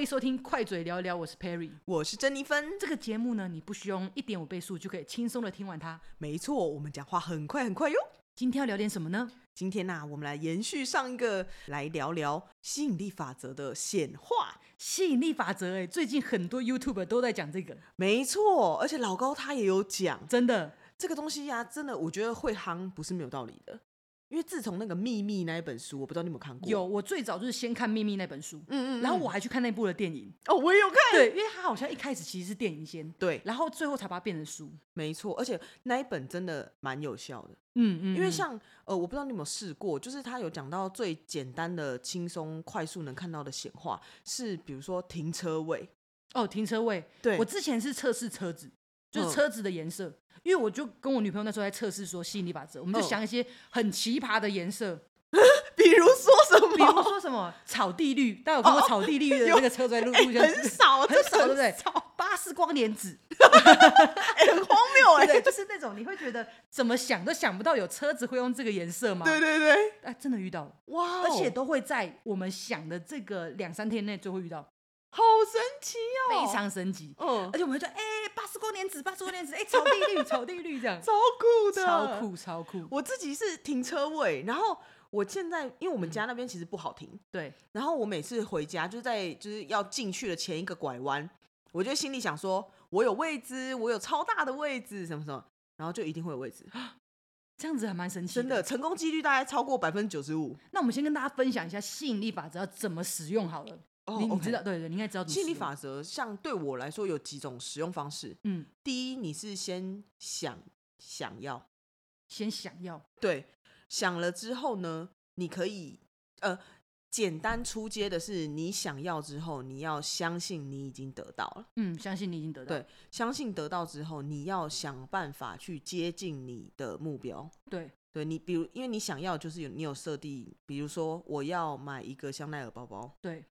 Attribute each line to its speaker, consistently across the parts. Speaker 1: 迎收听《快嘴聊聊》，我是 Perry。
Speaker 2: 我是珍妮芬。
Speaker 1: 这个节目呢，你不需要用一点五倍速就可以轻松的听完它。
Speaker 2: 没错，我们讲话很快很快哟。
Speaker 1: 今天要聊点什么呢？
Speaker 2: 今天呐、我们来延续上一个，来聊聊吸引力法则的显化。
Speaker 1: 吸引力法则，哎，最近很多 YouTube 都在讲这个，
Speaker 2: 没错，而且老高他也有讲
Speaker 1: 真的。
Speaker 2: 这个东西呀、真的我觉得会夯不是没有道理的。因为自从那个《秘密》那一本书，我不知道你有没有看过。
Speaker 1: 有，，我最早就是先看《秘密》那本书，
Speaker 2: 嗯嗯嗯
Speaker 1: 然后我还去看那部的电影。
Speaker 2: 哦，我也有看。
Speaker 1: 对，因为它好像一开始其实是电影先，
Speaker 2: 对，
Speaker 1: 然后最后才把它变成书。
Speaker 2: 没错，而且那一本真的蛮有效的。
Speaker 1: 嗯嗯，
Speaker 2: 因为
Speaker 1: 嗯
Speaker 2: 像呃，我不知道你有没有试过，就是他有讲到最简单的、轻松、快速能看到的显化是，比如说停车位。
Speaker 1: 哦，停车位，
Speaker 2: 对
Speaker 1: 我之前是测试车子，就
Speaker 2: 嗯
Speaker 1: 是车子的颜色，因为我就跟我女朋友那时候在测试说吸引力法则，我们就
Speaker 2: 嗯
Speaker 1: 想一些很奇葩的颜色，
Speaker 2: 比如说什么？
Speaker 1: 比如说什么草地绿，大家有看过草地绿的那个车子在路
Speaker 2: 哦哎
Speaker 1: 路上，
Speaker 2: 很少，
Speaker 1: 很
Speaker 2: 真的
Speaker 1: 少，对不对
Speaker 2: 很少？
Speaker 1: 巴斯光年紫，
Speaker 2: 哎、很荒谬哎、
Speaker 1: 对，就是那种你会觉得怎么想都想不到有车子会用这个颜色吗？
Speaker 2: 对对对，
Speaker 1: 哎，真的遇到了，
Speaker 2: 哇哦、
Speaker 1: 而且都会在我们想的这个两三天内就会遇到，
Speaker 2: 好神奇哦，
Speaker 1: 非常神奇。
Speaker 2: 嗯
Speaker 1: 而，且我们会说，哎，巴斯光年紫，巴斯光年紫，哎，草地 绿，草地绿这样。
Speaker 2: 超酷的，
Speaker 1: 超。酷超酷，
Speaker 2: 我自己是停车位，然后我现在因为我们家那边其实不好停，
Speaker 1: 对，
Speaker 2: 然后我每次回家就是在就是要进去的前一个拐弯，我就心里想说，我有位置，我有超大的位置，什么什么。然后就一定会有位置，
Speaker 1: 这样子还蛮神奇
Speaker 2: 真的
Speaker 1: 的。
Speaker 2: 成功几率大概超过百分之九十五。
Speaker 1: 那我们先跟大家分享一下吸引力法则要怎么使用好了。
Speaker 2: 哦
Speaker 1: 你你
Speaker 2: OK
Speaker 1: 知道，对对，你应该知道怎么
Speaker 2: 吸引力
Speaker 1: 使用
Speaker 2: 法则，像对我来说有几种使用方式。
Speaker 1: 嗯，
Speaker 2: 第一，你是先想想要，
Speaker 1: 先想要，
Speaker 2: 对，想了之后呢，你可以呃，简单出街的是，你想要之后，你要相信你已经得到了，
Speaker 1: 嗯，相信你已经得到。
Speaker 2: 对，相信得到之后，你要想办法去接近你的目标。
Speaker 1: 对
Speaker 2: 对你，比如因为你想要就是有你有设定，比如说我要买一个香奈儿包包，
Speaker 1: 对，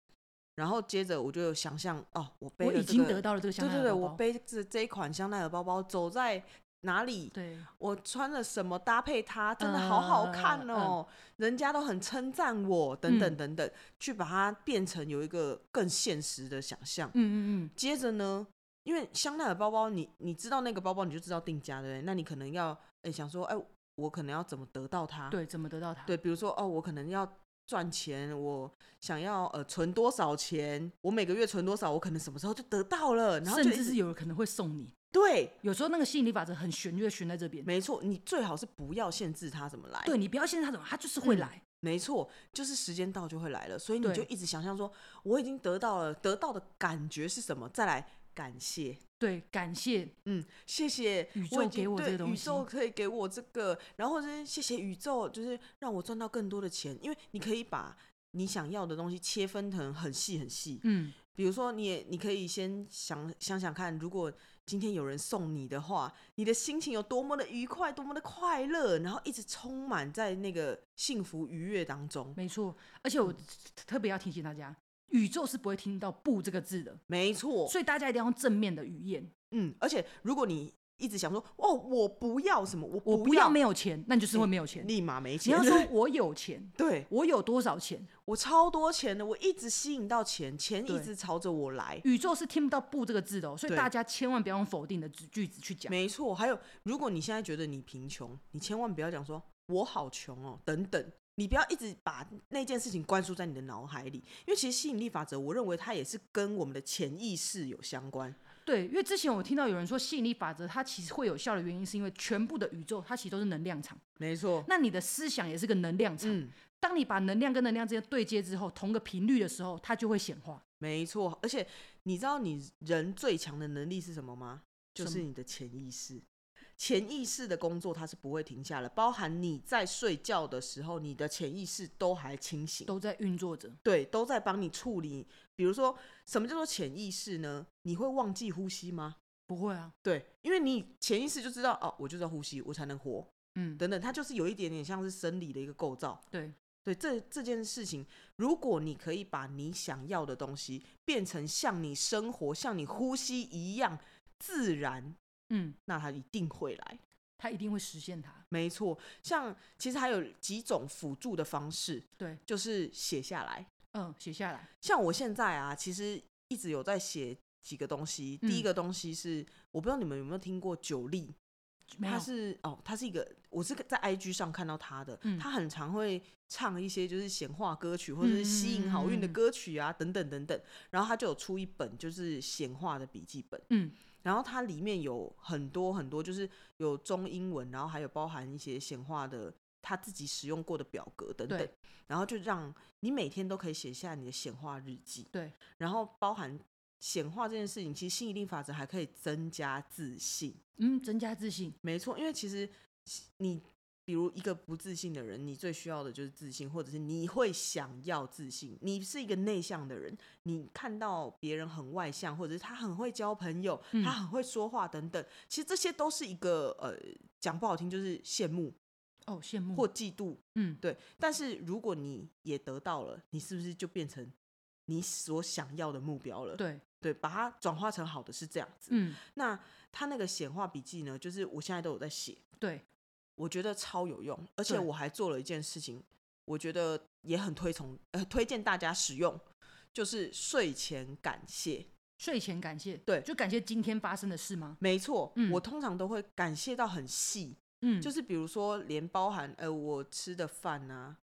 Speaker 2: 然后接着我就有想象哦，我背
Speaker 1: 我
Speaker 2: 了
Speaker 1: 已
Speaker 2: 这
Speaker 1: 经
Speaker 2: 个
Speaker 1: 得到了这个香
Speaker 2: 对
Speaker 1: 奈
Speaker 2: 对
Speaker 1: 儿
Speaker 2: 对，
Speaker 1: 包
Speaker 2: 我
Speaker 1: 包
Speaker 2: 背着这一款香奈儿包包走在哪里，
Speaker 1: 对
Speaker 2: 我穿了什么搭配它，真的好好看
Speaker 1: 嗯嗯嗯
Speaker 2: 哦，人家都很称赞我，等等
Speaker 1: 嗯
Speaker 2: 等等，去把它变成有一个更现实的想象。
Speaker 1: 嗯嗯嗯，
Speaker 2: 接着呢，因为香奈儿包包你，你知道那个包包，你就知道定价对不对？那你可能要哎、想说，哎、我可能要怎么得到它？
Speaker 1: 对，怎么得到它？
Speaker 2: 啊对比如说哦，我可能要赚钱，我想要呃存多少钱，我每个月存多少，我可能什么时候就得到了，然后就
Speaker 1: 甚
Speaker 2: 一
Speaker 1: 至
Speaker 2: 直
Speaker 1: 是有人可能会送你。
Speaker 2: 对，
Speaker 1: 有时候那个吸引力法则很玄，就会悬在这边。
Speaker 2: 没错，你最好是不要限制它怎么来。
Speaker 1: 对你不要信任他怎么，他就是会
Speaker 2: 嗯
Speaker 1: 来。
Speaker 2: 没错，就是时间到就会来了，所以你
Speaker 1: 对
Speaker 2: 就一直想象说我已经得到了，得到的感觉是什么？再来感谢，
Speaker 1: 对，感谢
Speaker 2: 嗯，谢谢
Speaker 1: 宇
Speaker 2: 我
Speaker 1: 宙
Speaker 2: 已经
Speaker 1: 给我
Speaker 2: 对
Speaker 1: 这个东
Speaker 2: 宇
Speaker 1: 西。
Speaker 2: 宙可以给我这个，然后是谢谢宇宙，就是让我赚到更多的钱，因为你可以把你想要的东西切分成很细很细，
Speaker 1: 嗯，
Speaker 2: 比如说你也你可以先想想想看，如果今天有人送你的话，你的心情有多么的愉快，多么的快乐，然后一直充满在那个幸福愉悦当中。
Speaker 1: 没错。而且我特别要提醒大家，宇宙是不会听到“不”这个字的，
Speaker 2: 没错，
Speaker 1: 所以大家一定要用正面的语言。
Speaker 2: 嗯，而且如果你一直想说哦，我不要什么，我
Speaker 1: 我不
Speaker 2: 要
Speaker 1: 要没有钱，那你就是会没有钱。
Speaker 2: 立马没
Speaker 1: 你
Speaker 2: 钱。
Speaker 1: 要 说我有钱，
Speaker 2: 对
Speaker 1: 我有多少钱？
Speaker 2: 我超多钱的，我一直吸引到钱，钱一
Speaker 1: 对
Speaker 2: 直朝着我来。
Speaker 1: 宇宙是听不到“不”这个字的、哦，所以
Speaker 2: 对
Speaker 1: 大家千万不要用否定的句句子去讲。
Speaker 2: 没错，还有，如果你现在觉得你贫穷，你千万不要讲说“我好穷哦”等等，你不要一直把那件事情灌输在你的脑海里，因为其实吸引力法则，我认为它也是跟我们的潜意识有相关。
Speaker 1: 对，因为之前我听到有人说吸引力法则它其实会有效的原因，是因为全部的宇宙它其实都是能量场，
Speaker 2: 没错，
Speaker 1: 那你的思想也是个能量场。
Speaker 2: 嗯，
Speaker 1: 当你把能量跟能量之间对接之后，同个频率的时候，它就会显化。
Speaker 2: 没错，而且你知道你人最强的能力是什么吗？就
Speaker 1: 什
Speaker 2: 是
Speaker 1: 么
Speaker 2: 你的潜意识。潜意识的工作它是不会停下来，包含你在睡觉的时候，你的潜意识都还清醒。
Speaker 1: 都在运作着。
Speaker 2: 对，都在帮你处理。比如说，什么叫做潜意识呢？你会忘记呼吸吗？
Speaker 1: 不会啊，
Speaker 2: 对，因为你潜意识就知道哦，我就是要呼吸，我才能活，
Speaker 1: 嗯，
Speaker 2: 等等，它就是有一点点像是生理的一个构造。
Speaker 1: 对，
Speaker 2: 对，这这件事情，如果你可以把你想要的东西变成像你生活、像你呼吸一样自然，
Speaker 1: 嗯，
Speaker 2: 那它一定会来。
Speaker 1: 它一定会实现它。
Speaker 2: 没错，像其实还有几种辅助的方式，
Speaker 1: 对，
Speaker 2: 就是写下来。
Speaker 1: 嗯，写下来。
Speaker 2: 像我现在啊，其实一直有在写几个东西。第
Speaker 1: 嗯
Speaker 2: 一个东西是我不知道你们有没有听过九力，
Speaker 1: 没
Speaker 2: 他
Speaker 1: 有，
Speaker 2: 是哦，他是一个，我是在 IG 上看到他的，
Speaker 1: 嗯
Speaker 2: 他很常会唱一些就是显化歌曲或者是吸引好运的
Speaker 1: 嗯嗯嗯嗯
Speaker 2: 歌曲啊，等等等等。然后他就有出一本就是显化的笔记本，
Speaker 1: 嗯，
Speaker 2: 然后它里面有很多很多，就是有中英文，然后还有包含一些显化的他自己使用过的表格等等
Speaker 1: 对，
Speaker 2: 然后就让你每天都可以写下你的显化日记，
Speaker 1: 对，
Speaker 2: 然后包含显化这件事情，其实吸引力法则还可以增加自信。
Speaker 1: 嗯，增加自信，
Speaker 2: 没错，因为其实你比如一个不自信的人，你最需要的就是自信，或者是你会想要自信。你是一个内向的人，你看到别人很外向，或者是他很会交朋友，
Speaker 1: 嗯
Speaker 2: 他很会说话等等，其实这些都是一个呃，讲不好听就是羡慕
Speaker 1: 哦，羡慕，
Speaker 2: 或嫉妒。
Speaker 1: 嗯，
Speaker 2: 对，但是如果你也得到了，你是不是就变成你所想要的目标了？
Speaker 1: 对，
Speaker 2: 对，把它转化成好的是这样子。
Speaker 1: 嗯，
Speaker 2: 那他那个显化笔记呢，就是我现在都有在写。
Speaker 1: 对，
Speaker 2: 我觉得超有用，而且
Speaker 1: 对
Speaker 2: 我还做了一件事情，我觉得也很推崇，呃，推荐大家使用，就是睡前感谢。
Speaker 1: 睡前感谢，
Speaker 2: 对
Speaker 1: 就感谢今天发生的事吗？
Speaker 2: 没错，
Speaker 1: 嗯
Speaker 2: 我通常都会感谢到很细，
Speaker 1: 嗯，
Speaker 2: 就是是比如说连包含呃我吃的饭啊，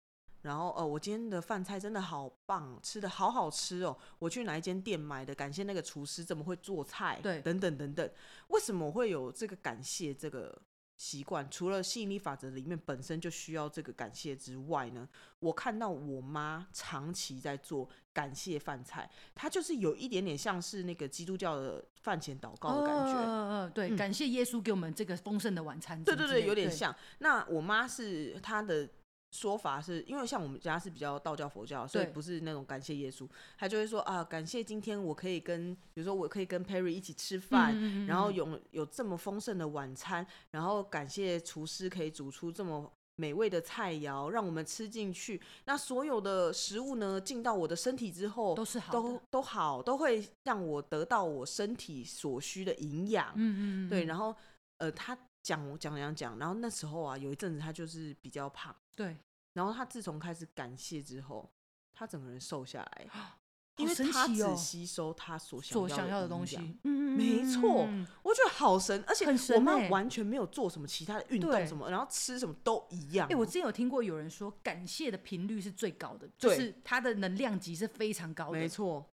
Speaker 2: 然后呃我今天的饭菜真的好棒，哦吃的好好吃哦，我去哪一间店买的，感谢那个厨师怎么会做菜，
Speaker 1: 对
Speaker 2: 等等等等。为什么我会有这个感谢这个习惯？除了吸引力法则里面本身就需要这个感谢之外呢，我看到我妈长期在做感谢饭菜，她就是有一点点像是那个基督教的饭前祷告的感觉。
Speaker 1: 嗯嗯，对，
Speaker 2: 嗯
Speaker 1: 感谢耶稣给我们这个丰盛的晚餐之
Speaker 2: 对
Speaker 1: 类的，
Speaker 2: 对对，有点像。那我妈是她的说法是，因为像我们家是比较道教、佛教，所以
Speaker 1: 对
Speaker 2: 不是那种感谢耶稣，她就会说啊，感谢今天我可以跟，比如说我可以跟 Perry 一起吃饭。
Speaker 1: 嗯，嗯
Speaker 2: 然后
Speaker 1: 嗯嗯
Speaker 2: 有有这么丰盛的晚餐，然后感谢厨师可以煮出这么美味的菜肴，让我们吃进去。那所有的食物呢，进到我的身体之后，
Speaker 1: 都是好的，
Speaker 2: 都都好，都会让我得到我身体所需的营养。
Speaker 1: 嗯嗯，
Speaker 2: 对，
Speaker 1: 后
Speaker 2: 然后呃，他讲我讲讲讲，然后那时候啊，有一阵子他就是比较胖，
Speaker 1: 对，
Speaker 2: 然后他自从开始感谢之后，他整个人瘦下来，
Speaker 1: 啊好
Speaker 2: 因为
Speaker 1: 神
Speaker 2: 他
Speaker 1: 奇
Speaker 2: 只
Speaker 1: 哦
Speaker 2: 吸收他所想
Speaker 1: 所想要的
Speaker 2: 营
Speaker 1: 东西
Speaker 2: 养，
Speaker 1: 嗯，
Speaker 2: 没错
Speaker 1: 嗯嗯嗯嗯
Speaker 2: 我觉得好神，而且
Speaker 1: 很
Speaker 2: 我
Speaker 1: 神
Speaker 2: 妈
Speaker 1: 欸
Speaker 2: 完全没有做什么其他的运动
Speaker 1: 对
Speaker 2: 什么，然后吃什么都一样哦。
Speaker 1: 哎、我之前有听过有人说，感谢的频率是最高的，就
Speaker 2: 对
Speaker 1: 是它的能量级是非常高的。
Speaker 2: 没错，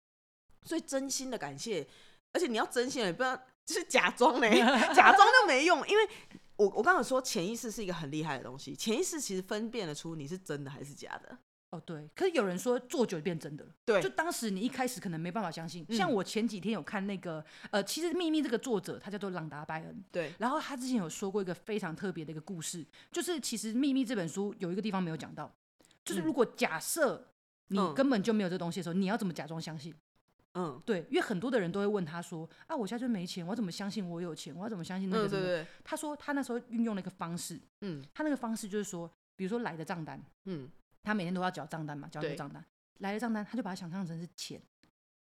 Speaker 2: 所以真心的感谢，而且你要真心的，不要就是假 装嘞，假装就没用，因为。我我刚刚有说潜意识是一个很厉害的东西，潜意识其实分辨得出你是真的还是假的。
Speaker 1: 哦，对。可是有人说做久就变真的了，
Speaker 2: 对
Speaker 1: 就当时你一开始可能没办法相信。像
Speaker 2: 嗯
Speaker 1: 我前几天有看那个，呃，其实《秘密》这个作者他叫做朗达·拜恩，
Speaker 2: 对，
Speaker 1: 然后他之前有说过一个非常特别的一个故事，就是其实《秘密》这本书有一个地方没有讲到，就是
Speaker 2: 嗯
Speaker 1: 如果假设你
Speaker 2: 嗯
Speaker 1: 根本就没有这东西的时候，你要怎么假装相信？
Speaker 2: 嗯，
Speaker 1: 对，因为很多的人都会问他说：“啊，我现在就没钱，我要怎么相信我有钱？我要怎么相信那个
Speaker 2: 嗯，
Speaker 1: 什
Speaker 2: 对
Speaker 1: 么的？”
Speaker 2: 对，
Speaker 1: 他说他那时候运用了一个方式，
Speaker 2: 嗯
Speaker 1: 他那个方式就是说，比如说来的账单，
Speaker 2: 嗯，
Speaker 1: 他每天都要缴账单嘛，缴那个
Speaker 2: 对
Speaker 1: 账单，来的账单他就把它想象成是钱，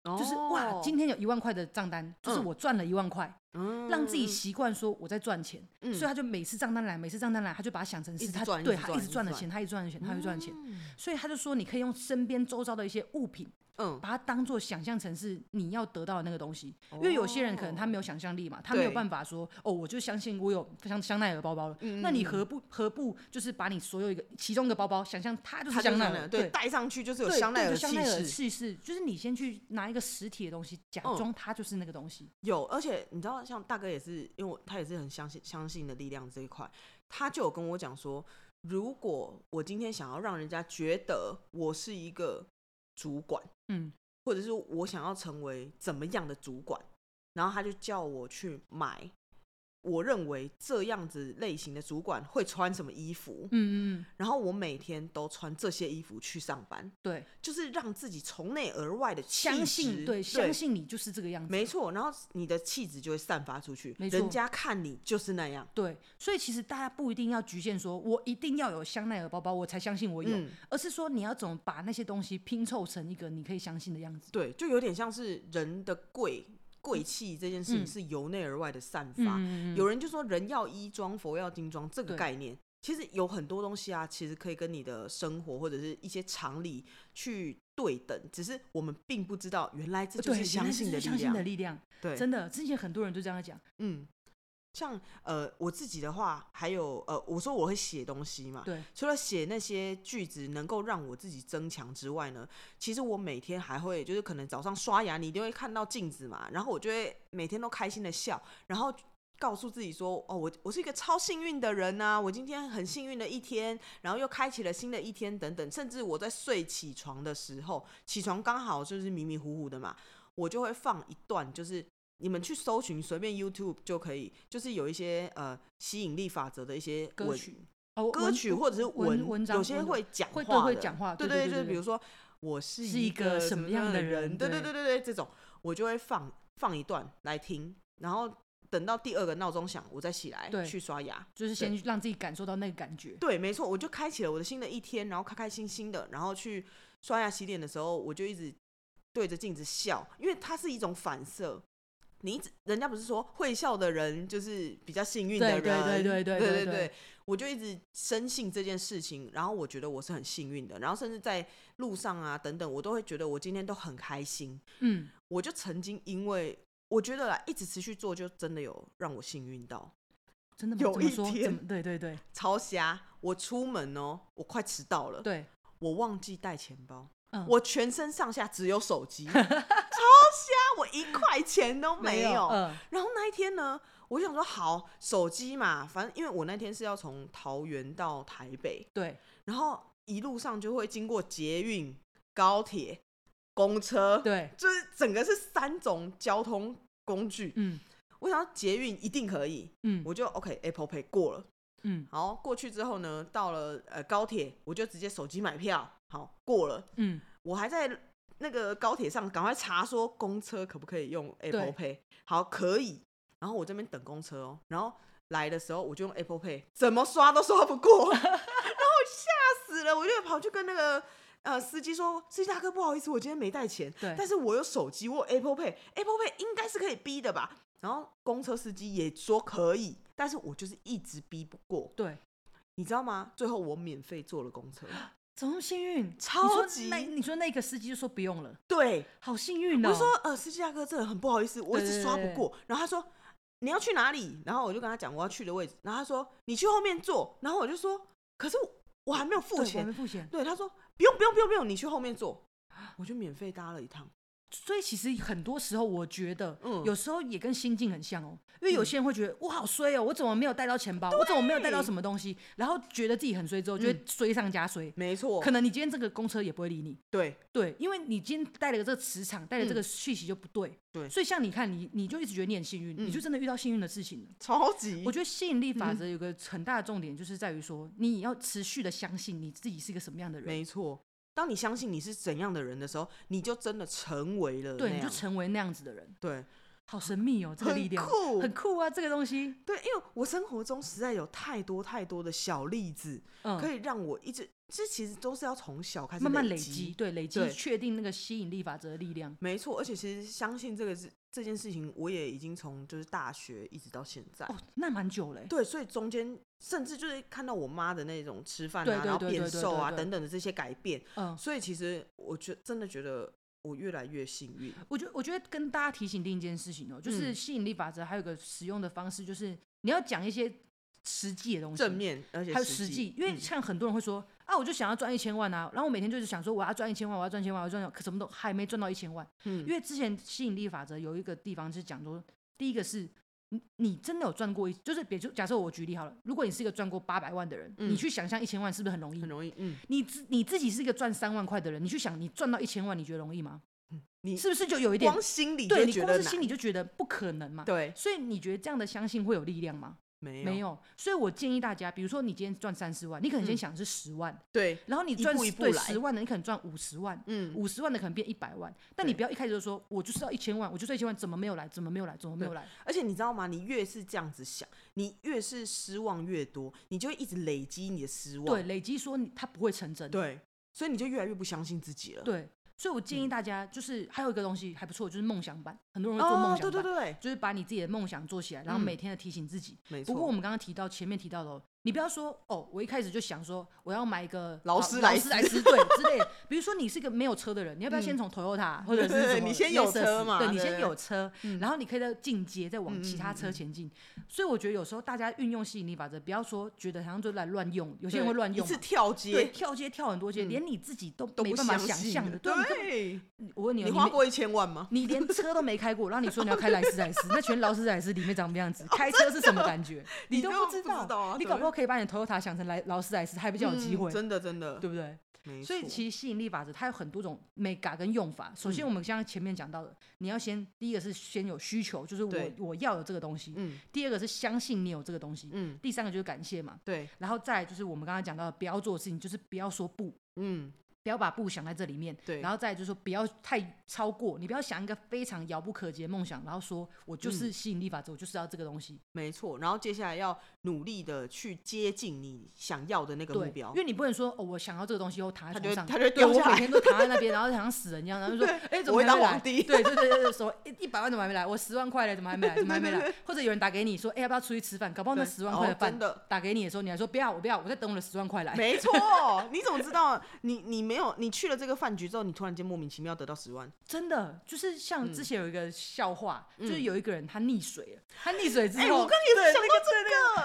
Speaker 2: 就
Speaker 1: 就是哇，今天有一万块的账单，就是
Speaker 2: 哦嗯
Speaker 1: 我赚了一万块，
Speaker 2: 天
Speaker 1: 让自己习惯说我在赚钱，
Speaker 2: 嗯
Speaker 1: 所以他就每次账单来，每次账单来，他就把它想成
Speaker 2: 一
Speaker 1: 是
Speaker 2: 直
Speaker 1: 他
Speaker 2: 赚一
Speaker 1: 对
Speaker 2: 直
Speaker 1: 他
Speaker 2: 赚
Speaker 1: 一
Speaker 2: 一
Speaker 1: 直
Speaker 2: 直
Speaker 1: 赚的
Speaker 2: 赚
Speaker 1: 钱，他一直赚的钱，他一直赚的钱，，
Speaker 2: 嗯
Speaker 1: 所以他就说你可以用身边周遭的一些物品，
Speaker 2: 嗯，
Speaker 1: 把它当做想象成是你要得到的那个东西，因为有些人可能他没有想象力嘛，他没有
Speaker 2: 哦对
Speaker 1: 办法说哦，我就相信我有香香奈儿包包了。
Speaker 2: 嗯
Speaker 1: 那你何不何不就是把你所有一个其中一个包包想象它就是
Speaker 2: 他就
Speaker 1: 香
Speaker 2: 是
Speaker 1: 奈
Speaker 2: 香奈
Speaker 1: 儿，
Speaker 2: 儿，
Speaker 1: 对
Speaker 2: 对，戴上去就是有
Speaker 1: 对
Speaker 2: 香奈
Speaker 1: 对
Speaker 2: 儿
Speaker 1: 就
Speaker 2: 的
Speaker 1: 香
Speaker 2: 气
Speaker 1: 奈儿
Speaker 2: 势，
Speaker 1: 气势，就是你先去拿一个实体的东西，假
Speaker 2: 嗯
Speaker 1: 装它就是那个东西。
Speaker 2: 有，而且你知道，像大哥也是，因为我他也是很相信相信的力量这一块，他就有跟我讲说，如果我今天想要让人家觉得我是一个主管，
Speaker 1: 嗯，
Speaker 2: 或者是我想要成为怎么样的主管，然后他就叫我去买。我认为这样子类型的主管会穿什么衣服，
Speaker 1: 嗯嗯嗯，
Speaker 2: 然后我每天都穿这些衣服去上班，
Speaker 1: 对，
Speaker 2: 就是让自己从内而外的
Speaker 1: 相信对，相信你就是这个样子。
Speaker 2: 没错。然后你的气质就会散发出去，
Speaker 1: 没
Speaker 2: 人
Speaker 1: 错
Speaker 2: 家看你就是那样。
Speaker 1: 对，所以其实大家不一定要局限说，我一定要有香奈儿包包，我才相信我有，
Speaker 2: 嗯
Speaker 1: 而是说你要怎么把那些东西拼凑成一个你可以相信的样子。
Speaker 2: 对，就有点像是人的贵贵气这件事情
Speaker 1: 嗯
Speaker 2: 是由内而外的散发。
Speaker 1: 嗯，
Speaker 2: 有人就说人要衣装，佛要金装，这个
Speaker 1: 对
Speaker 2: 概念。其实有很多东西啊，其实可以跟你的生活或者是一些常理去对等，只是我们并不知道原来这就
Speaker 1: 对，
Speaker 2: 是
Speaker 1: 原
Speaker 2: 相
Speaker 1: 来
Speaker 2: 信
Speaker 1: 这
Speaker 2: 的
Speaker 1: 是
Speaker 2: 力
Speaker 1: 相信的
Speaker 2: 量。
Speaker 1: 力量，
Speaker 2: 对，
Speaker 1: 真的，之前很多人都这样讲，
Speaker 2: 嗯，像呃我自己的话，还有呃我说我会写东西嘛，
Speaker 1: 对，
Speaker 2: 除了写那些句子能够让我自己增强之外呢，其实我每天还会就是可能早上刷牙，你一定会看到镜子嘛，然后我就会每天都开心的笑，然后。告诉自己说：“哦，我我是一个超幸运的人呐、我今天很幸运的一天，然后又开启了新的一天，等等。甚至我在睡起床的时候，起床刚好就是迷迷糊糊的嘛，我就会放一段，就是你们去搜寻随便 YouTube 就可以，就是有一些呃吸引力法则的一些
Speaker 1: 歌
Speaker 2: 文
Speaker 1: 曲哦，
Speaker 2: 歌
Speaker 1: 文
Speaker 2: 曲或者是
Speaker 1: 文
Speaker 2: 文
Speaker 1: 文章
Speaker 2: 有些
Speaker 1: 文
Speaker 2: 会讲
Speaker 1: 会对
Speaker 2: 话
Speaker 1: 会
Speaker 2: 的
Speaker 1: 讲话
Speaker 2: 对
Speaker 1: 对对
Speaker 2: 就
Speaker 1: 对
Speaker 2: 是比
Speaker 1: 对
Speaker 2: 如说我是
Speaker 1: 是一
Speaker 2: 个
Speaker 1: 个
Speaker 2: 什
Speaker 1: 什
Speaker 2: 么
Speaker 1: 么样
Speaker 2: 的
Speaker 1: 的人
Speaker 2: 对对对
Speaker 1: 对
Speaker 2: 对对，这种我就会放放一段来听，然后等到第二个闹钟响，我再起来
Speaker 1: 对
Speaker 2: 去刷牙。
Speaker 1: 就是先让自己感受到那个感觉，
Speaker 2: 对，没错，我就开启了我的新的一天，然后开开心心的，然后去刷牙洗脸的时候，我就一直对着镜子笑，因为它是一种反射。你一直人家不是说会笑的人就是比较幸运的人，
Speaker 1: 对对对对
Speaker 2: 对
Speaker 1: 对
Speaker 2: 对
Speaker 1: 对对
Speaker 2: 我就一直深信这件事情，然后我觉得我是很幸运的，然后甚至在路上啊等等，我都会觉得我今天都很开心。
Speaker 1: 嗯，
Speaker 2: 我就曾经因为我觉得啦，一直持续做，就真的有让我幸运到。
Speaker 1: 真的吗？
Speaker 2: 有
Speaker 1: 怎么
Speaker 2: 一
Speaker 1: 说？
Speaker 2: 天
Speaker 1: 怎么？对对对
Speaker 2: 超瞎！我出门哦，我快迟到了，
Speaker 1: 对，
Speaker 2: 我忘记带钱包，
Speaker 1: 嗯
Speaker 2: 我全身上下只有手 机，超瞎，我一块钱都没有。
Speaker 1: 嗯，
Speaker 2: 然后那一天呢，我就想说好，手机嘛，反正因为我那天是要从桃园到台北，
Speaker 1: 对，
Speaker 2: 然后一路上就会经过捷运、高铁、公车，
Speaker 1: 对，
Speaker 2: 就是整个是三种交通工具。
Speaker 1: 嗯
Speaker 2: 我想要捷运一定可以，
Speaker 1: 嗯
Speaker 2: 我就 OK Apple Pay 过了。
Speaker 1: 嗯
Speaker 2: 好，过去之后呢，到了呃高铁，我就直接手机买票，好过了。
Speaker 1: 嗯，
Speaker 2: 我还在那个高铁上赶快查说公车可不可以用 Apple Pay，好可以。然后我这边等公车哦，然后来的时候我就用 Apple Pay，怎么刷都刷不过， 然后我吓死了，我就跑去跟那个。呃，司机说：“司机大哥，不好意思，我今天没带钱，
Speaker 1: 对
Speaker 2: 但是我有手机，我有 Apple Pay，Apple Pay 应该是可以逼的吧？”然后公车司机也说可以，但是我就是一直逼不过，
Speaker 1: 对，
Speaker 2: 你知道吗？最后我免费坐了公车，
Speaker 1: 怎么那么幸运？
Speaker 2: 超
Speaker 1: 你说
Speaker 2: 级
Speaker 1: 那你说那个司机就说不用了，
Speaker 2: 对，
Speaker 1: 好幸运哦。
Speaker 2: 我就说呃，司机大哥，真的很不好意思，我一直刷不
Speaker 1: 对对
Speaker 2: 过。然后他说你要去哪里？然后我就跟他讲我要去的位置。然后他说你去后面坐。然后我就说可是我我还没有付
Speaker 1: 对我还
Speaker 2: 钱
Speaker 1: 没。付钱，
Speaker 2: 对，他说不用不用不用不用，你去后面坐。我就免费搭了一趟。
Speaker 1: 所以其实很多时候我觉得，
Speaker 2: 嗯
Speaker 1: 有时候也跟心境很像哦，因为有
Speaker 2: 嗯
Speaker 1: 些人会觉得我好衰哦，我怎么没有带到钱包，我怎么没有带到
Speaker 2: 对嗯
Speaker 1: 什么东西，然后觉得自己很衰之后，就会衰上加衰。
Speaker 2: 没错，
Speaker 1: 可能你今天这个公车也不会理你，
Speaker 2: 对
Speaker 1: 对，因为你今天带了这个磁场，带了这
Speaker 2: 嗯
Speaker 1: 个讯息就不对。
Speaker 2: 对
Speaker 1: 所以像你看，你你就一直觉得你很幸运，你就
Speaker 2: 嗯
Speaker 1: 真的遇到幸运的事情了。
Speaker 2: 超级。
Speaker 1: 我觉得吸引力法则有个很大的重点，就是在于说，你要持续的相信你自己是一个什么样的人，
Speaker 2: 没错。当你相信你是怎样的人的时候，你就真的成为了
Speaker 1: 对，
Speaker 2: 那
Speaker 1: 你就
Speaker 2: 样。
Speaker 1: 成为那样子的人。
Speaker 2: 对，
Speaker 1: 好神秘哦，这个力量
Speaker 2: 很酷
Speaker 1: 很酷啊，这个东西，
Speaker 2: 对，因为我生活中实在有太多太多的小例子，
Speaker 1: 嗯，
Speaker 2: 可以让我一直，这其实都是要从小开始
Speaker 1: 慢慢
Speaker 2: 累
Speaker 1: 累积，对，累积
Speaker 2: 对
Speaker 1: 确定那个吸引力法则的力量。
Speaker 2: 没错，而且其实相信这个是这件事情，我也已经从就是大学一直到现在。
Speaker 1: 哦，那蛮久嘞。
Speaker 2: 对，所以中间甚至就是看到我妈的那种吃饭啊，
Speaker 1: 对对
Speaker 2: 然后
Speaker 1: 对
Speaker 2: 变
Speaker 1: 对对
Speaker 2: 瘦啊
Speaker 1: 对对
Speaker 2: 等等的这些改变，
Speaker 1: 嗯，
Speaker 2: 所以其实我觉真的觉得我越来越幸运。
Speaker 1: 我觉得我觉得跟大家提醒另一件事情哦，就是
Speaker 2: 嗯
Speaker 1: 吸引力法则还有个使用的方式，就是你要讲一些实际的东西，
Speaker 2: 正面，而且
Speaker 1: 还有
Speaker 2: 实
Speaker 1: 实际，嗯因为像很多人会说、啊，我就想要赚一千万啊，然后我每天就是想说我要赚一千万，我要赚一千万，我要赚一千万，可什么都还没赚到一千万。
Speaker 2: 嗯
Speaker 1: 因为之前吸引力法则有一个地方是讲说，第一个是你你真的有赚过一，就是比如说假设我举例好了，如果你是一个赚过八百万的人，
Speaker 2: 嗯
Speaker 1: 你去想象一千万是不是很容易？
Speaker 2: 很容易，嗯，
Speaker 1: 你自你自己是一个赚三万块的人，你去想你赚到一千万，你觉得容易吗？
Speaker 2: 你
Speaker 1: 是不是就有一点
Speaker 2: 光？心里
Speaker 1: 对
Speaker 2: 就
Speaker 1: 你
Speaker 2: 觉
Speaker 1: 光
Speaker 2: 得
Speaker 1: 是心
Speaker 2: 难，
Speaker 1: 里就觉得不可能嘛。
Speaker 2: 对，
Speaker 1: 所以你觉得这样的相信会有力量吗？
Speaker 2: 没有
Speaker 1: 没有。所以我建议大家，比如说你今天赚三十万，你可能先
Speaker 2: 嗯
Speaker 1: 想是十万，
Speaker 2: 对，
Speaker 1: 然后你
Speaker 2: 一
Speaker 1: 赚
Speaker 2: 步
Speaker 1: 十
Speaker 2: 一步
Speaker 1: 对
Speaker 2: 来
Speaker 1: 十万的，你可能赚五十万，
Speaker 2: 嗯，
Speaker 1: 五十万的可能变一百万，但你
Speaker 2: 对
Speaker 1: 不要一开始就说我就是要一千万，我就要一千万，怎么没有来？怎么没有来？怎么没有来？
Speaker 2: 而且你知道吗？你越是这样子想，你越是失望越多，你就会一直累积你的失望。
Speaker 1: 对，累积说你它不会成真。
Speaker 2: 对所以你就越来越不相信自己了。
Speaker 1: 对所以我
Speaker 2: 嗯
Speaker 1: 建议大家，就是还有一个东西还不错，就是梦想版，很多人会做梦
Speaker 2: 哦
Speaker 1: 想，版，
Speaker 2: 对对对，
Speaker 1: 就是把你自己的梦想做起来，然后
Speaker 2: 嗯
Speaker 1: 每天的提醒自己。
Speaker 2: 没错。
Speaker 1: 不过我们刚刚提到前面提到的哦，你不要说哦，我一开始就想说我要买一个
Speaker 2: 劳
Speaker 1: 好
Speaker 2: 斯
Speaker 1: 劳
Speaker 2: 莱
Speaker 1: 斯莱
Speaker 2: 斯
Speaker 1: 斯对之类的。 比如说你是一个没有车的人，你要不要先 从 Toyota 或者是
Speaker 2: 对
Speaker 1: 什
Speaker 2: 对对
Speaker 1: 么
Speaker 2: 你先有
Speaker 1: Lexus，
Speaker 2: 车嘛
Speaker 1: 对你
Speaker 2: 对
Speaker 1: 先
Speaker 2: 对
Speaker 1: 有车，然后你可以再进阶，再往其他
Speaker 2: 嗯嗯
Speaker 1: 车
Speaker 2: 嗯
Speaker 1: 前进。所以我觉得有时候大家运用吸引力法则，不要说觉得好像就来乱用，啊有些人会乱用
Speaker 2: 一
Speaker 1: 嘛
Speaker 2: 次。跳
Speaker 1: 对，
Speaker 2: 阶
Speaker 1: 跳街跳很多街，
Speaker 2: 嗯
Speaker 1: 连你自己都
Speaker 2: 都
Speaker 1: 没
Speaker 2: 不
Speaker 1: 办法
Speaker 2: 相
Speaker 1: 想
Speaker 2: 信
Speaker 1: 象
Speaker 2: 的
Speaker 1: 的。对，你根
Speaker 2: 对，
Speaker 1: 本我问你哦，
Speaker 2: 你
Speaker 1: 你
Speaker 2: 花
Speaker 1: 没
Speaker 2: 过一千万吗？
Speaker 1: 你连车都没开过，然后你说你要开莱斯莱斯，那全劳斯莱斯里面长什么样
Speaker 2: 哦
Speaker 1: 子？开车是什么感觉？
Speaker 2: 你
Speaker 1: 都
Speaker 2: 都
Speaker 1: 知
Speaker 2: 不知道啊
Speaker 1: 你
Speaker 2: 对
Speaker 1: 搞不好可以把你的 Toyota 想成来劳斯莱斯，还比较有机
Speaker 2: 嗯
Speaker 1: 会，
Speaker 2: 真的真的，
Speaker 1: 对不对？
Speaker 2: 没
Speaker 1: 所以
Speaker 2: 错
Speaker 1: 其实吸引力法则它有很多种美感跟用法。首先，
Speaker 2: 嗯
Speaker 1: 我们像前面讲到的，你要先第一个是先有需求，就是我
Speaker 2: 对
Speaker 1: 我要有这个东西；
Speaker 2: 嗯
Speaker 1: 第二个是相信你有这个东西；
Speaker 2: 嗯，
Speaker 1: 第三个就是感谢嘛。
Speaker 2: 对，
Speaker 1: 然后再来就是我们刚才讲到的，不要做的事情，就是不要说不，
Speaker 2: 嗯
Speaker 1: 不要把不想在这里面。
Speaker 2: 对，
Speaker 1: 然后再来就是说不要太超过，你不要想一个非常遥不可及的梦想，然后说我就是吸引力法则，我就是要这个东西。
Speaker 2: 没错，然后接下来要努力的去接近你想要的那个
Speaker 1: 对
Speaker 2: 目，标
Speaker 1: 因，为你不能说哦，我想要这个东西后躺在
Speaker 2: 他
Speaker 1: 床
Speaker 2: 就
Speaker 1: 上，
Speaker 2: 他就
Speaker 1: 对
Speaker 2: 掉
Speaker 1: 我
Speaker 2: 下
Speaker 1: 每
Speaker 2: 来，
Speaker 1: 天都躺在那边，然后像死人一样，然 后就说哎、怎么还
Speaker 2: 我会当
Speaker 1: 没来
Speaker 2: 皇？帝
Speaker 1: 对对对对，什么一一百万怎么还没来？我十万块嘞，怎么还没 来？怎么还没来？或者有人打给你说，哎、要不要出去吃饭？搞不好那
Speaker 2: 对
Speaker 1: 十万
Speaker 2: 哦
Speaker 1: 块的饭、
Speaker 2: 真的
Speaker 1: 打给你的时候，你还说不要，我不要，我在等我的十万块来。
Speaker 2: 没错，你怎么知道？你你没有，你去了这个饭局之后，你突然间莫名其妙得到十万，
Speaker 1: 真的就是
Speaker 2: 嗯
Speaker 1: 像之前有一个笑话，就是有一个人他溺水了，他溺水之后，
Speaker 2: 哎我刚刚也是
Speaker 1: 对
Speaker 2: 想
Speaker 1: 那
Speaker 2: 到
Speaker 1: 个对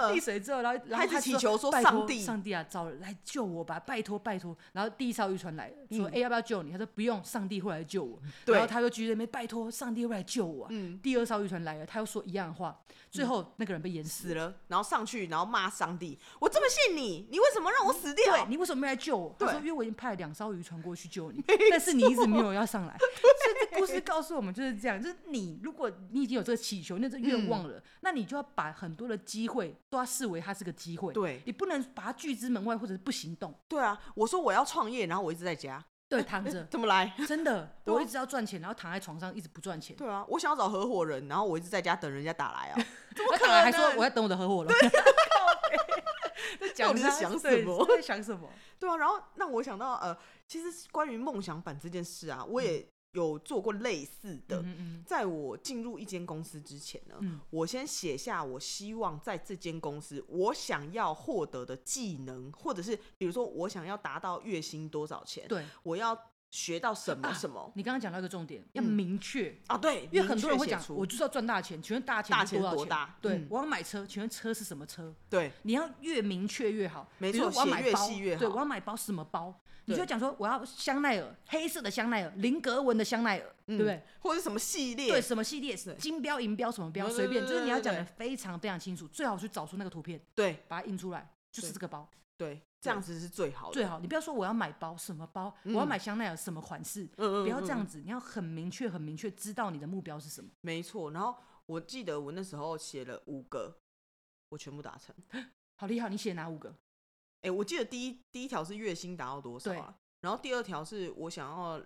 Speaker 1: 那
Speaker 2: 这个
Speaker 1: 溺水之后，然后然后
Speaker 2: 呃他一直
Speaker 1: 他
Speaker 2: 祈
Speaker 1: 说
Speaker 2: 求说
Speaker 1: 拜
Speaker 2: 上
Speaker 1: 托
Speaker 2: 帝
Speaker 1: 上帝啊，找人来救我吧，拜托拜托。然后第一艘渔船来了，说哎、要不要救你？他说不用，上帝会来救我。
Speaker 2: 嗯对嗯
Speaker 1: 然后他就继续在那边拜托上帝会来救我啊、第二艘渔船来了，他又说一样的话，最后那个人被淹死了。
Speaker 2: 死了，然后上去，然后骂上帝，我这么信你，你为什么让我死掉
Speaker 1: 对？你为什么没来救我？他
Speaker 2: 对
Speaker 1: 说因为我已经派了两艘渔船过去救 你，但是你一直没有要上来。所以这故事告诉我们就是这样，就是你如果你已经有这个祈求，那这愿望
Speaker 2: 嗯
Speaker 1: 了，那你就要把很多的机会都要视为它是个机会，
Speaker 2: 对
Speaker 1: 你不能把它拒之门外或者是不行动，
Speaker 2: 对啊，我说我要创业，然后我一直在家，
Speaker 1: 对，躺着。
Speaker 2: 怎么来？
Speaker 1: 真 的，
Speaker 2: 对啊
Speaker 1: 我一直要赚钱，然后躺在床上一直不赚钱，
Speaker 2: 对啊，我想要找合伙人，然后我一直在家等人家打来 啊，
Speaker 1: 我躺来还说
Speaker 2: 能
Speaker 1: 我在等我的合伙人。在
Speaker 2: 到
Speaker 1: 讲
Speaker 2: 底
Speaker 1: 他
Speaker 2: 是想什
Speaker 1: 对
Speaker 2: 么
Speaker 1: 在想什么？
Speaker 2: 对啊，然后让我想到呃，其实关于梦想版这件事啊，我也有做过类似的。
Speaker 1: 嗯嗯
Speaker 2: 在我进入一间公司之前呢，
Speaker 1: 嗯
Speaker 2: 我先写下我希望在这间公司我想要获得的技能，或者是比如说我想要达到月薪多少钱
Speaker 1: 嗯，，对
Speaker 2: 我要学到什么什么
Speaker 1: 你刚刚讲到一个重点，要
Speaker 2: 嗯
Speaker 1: 明确，
Speaker 2: 啊？对，
Speaker 1: 因为很多人会
Speaker 2: 明确
Speaker 1: 讲
Speaker 2: 写，出
Speaker 1: 我就是要赚大钱，请问大钱
Speaker 2: 大
Speaker 1: 是
Speaker 2: 钱
Speaker 1: 多少
Speaker 2: 多大
Speaker 1: 对、
Speaker 2: 嗯
Speaker 1: 我要买车，请问车是什么车？
Speaker 2: 对
Speaker 1: 你要越明确越好。
Speaker 2: 没
Speaker 1: 比如
Speaker 2: 错
Speaker 1: 说我要
Speaker 2: 写
Speaker 1: 买
Speaker 2: 越
Speaker 1: 包
Speaker 2: 细越
Speaker 1: 对，
Speaker 2: 好
Speaker 1: 我要买包什么包？你
Speaker 2: 对
Speaker 1: 就讲说我要香奈儿黑色的香奈儿，菱格纹的香奈儿，对不对？
Speaker 2: 嗯或者是什么系列，
Speaker 1: 对，什么系列？金标、银标什么标，
Speaker 2: 对对
Speaker 1: 随便，
Speaker 2: 对
Speaker 1: 就是你要
Speaker 2: 对对
Speaker 1: 讲的非常非常清楚，最好去找出那个图片，
Speaker 2: 对
Speaker 1: 把它印出来，就是
Speaker 2: 对
Speaker 1: 这个包
Speaker 2: 对，这样子是最好的，
Speaker 1: 最好。你不要说我要买包什么包，我要
Speaker 2: 嗯
Speaker 1: 买香奈儿什么款式，
Speaker 2: 嗯嗯
Speaker 1: 不要这
Speaker 2: 嗯
Speaker 1: 样子，你要很明确、很明确知道你的目标是什么。
Speaker 2: 没错。然后我记得我那时候写了五个，我全部达成。
Speaker 1: 好厉害，你写哪五个？
Speaker 2: 哎、我记得第一第一条是月薪达到多少
Speaker 1: 对
Speaker 2: 啊？然后第二条是我想要，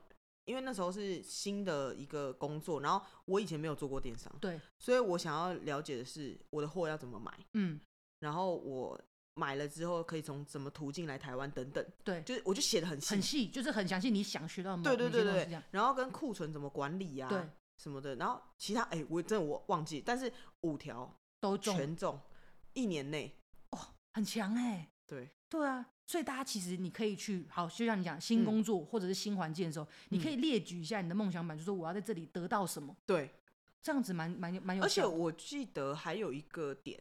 Speaker 2: 因为那时候是新的一个工作，然后我以前没有做过电商，
Speaker 1: 对，
Speaker 2: 所以我想要了解的是我的货要怎么买，
Speaker 1: 嗯，
Speaker 2: 然后我买了之后可以从什么途径来台湾等等，
Speaker 1: 对，
Speaker 2: 就是我就写的很细
Speaker 1: 很，细，就是很详细，你想学到某
Speaker 2: 对对对
Speaker 1: 某些东西这
Speaker 2: 对
Speaker 1: 样，，
Speaker 2: 然后跟库存怎么管理呀、
Speaker 1: 对，
Speaker 2: 什么的，然后其他哎、我真的我忘记，但是五条
Speaker 1: 都中
Speaker 2: 全中，一年内，
Speaker 1: 哦，很强哎、
Speaker 2: 对
Speaker 1: 对啊，所以大家其实你可以去，好，就像你讲新
Speaker 2: 嗯
Speaker 1: 工作或者是新环境的时候，你可
Speaker 2: 嗯
Speaker 1: 以列举一下你的梦想版，就说我要在这里得到什么，
Speaker 2: 对，
Speaker 1: 这样子蛮蛮蛮有
Speaker 2: 而
Speaker 1: 效
Speaker 2: 且
Speaker 1: 的，
Speaker 2: 我记得还有一个点，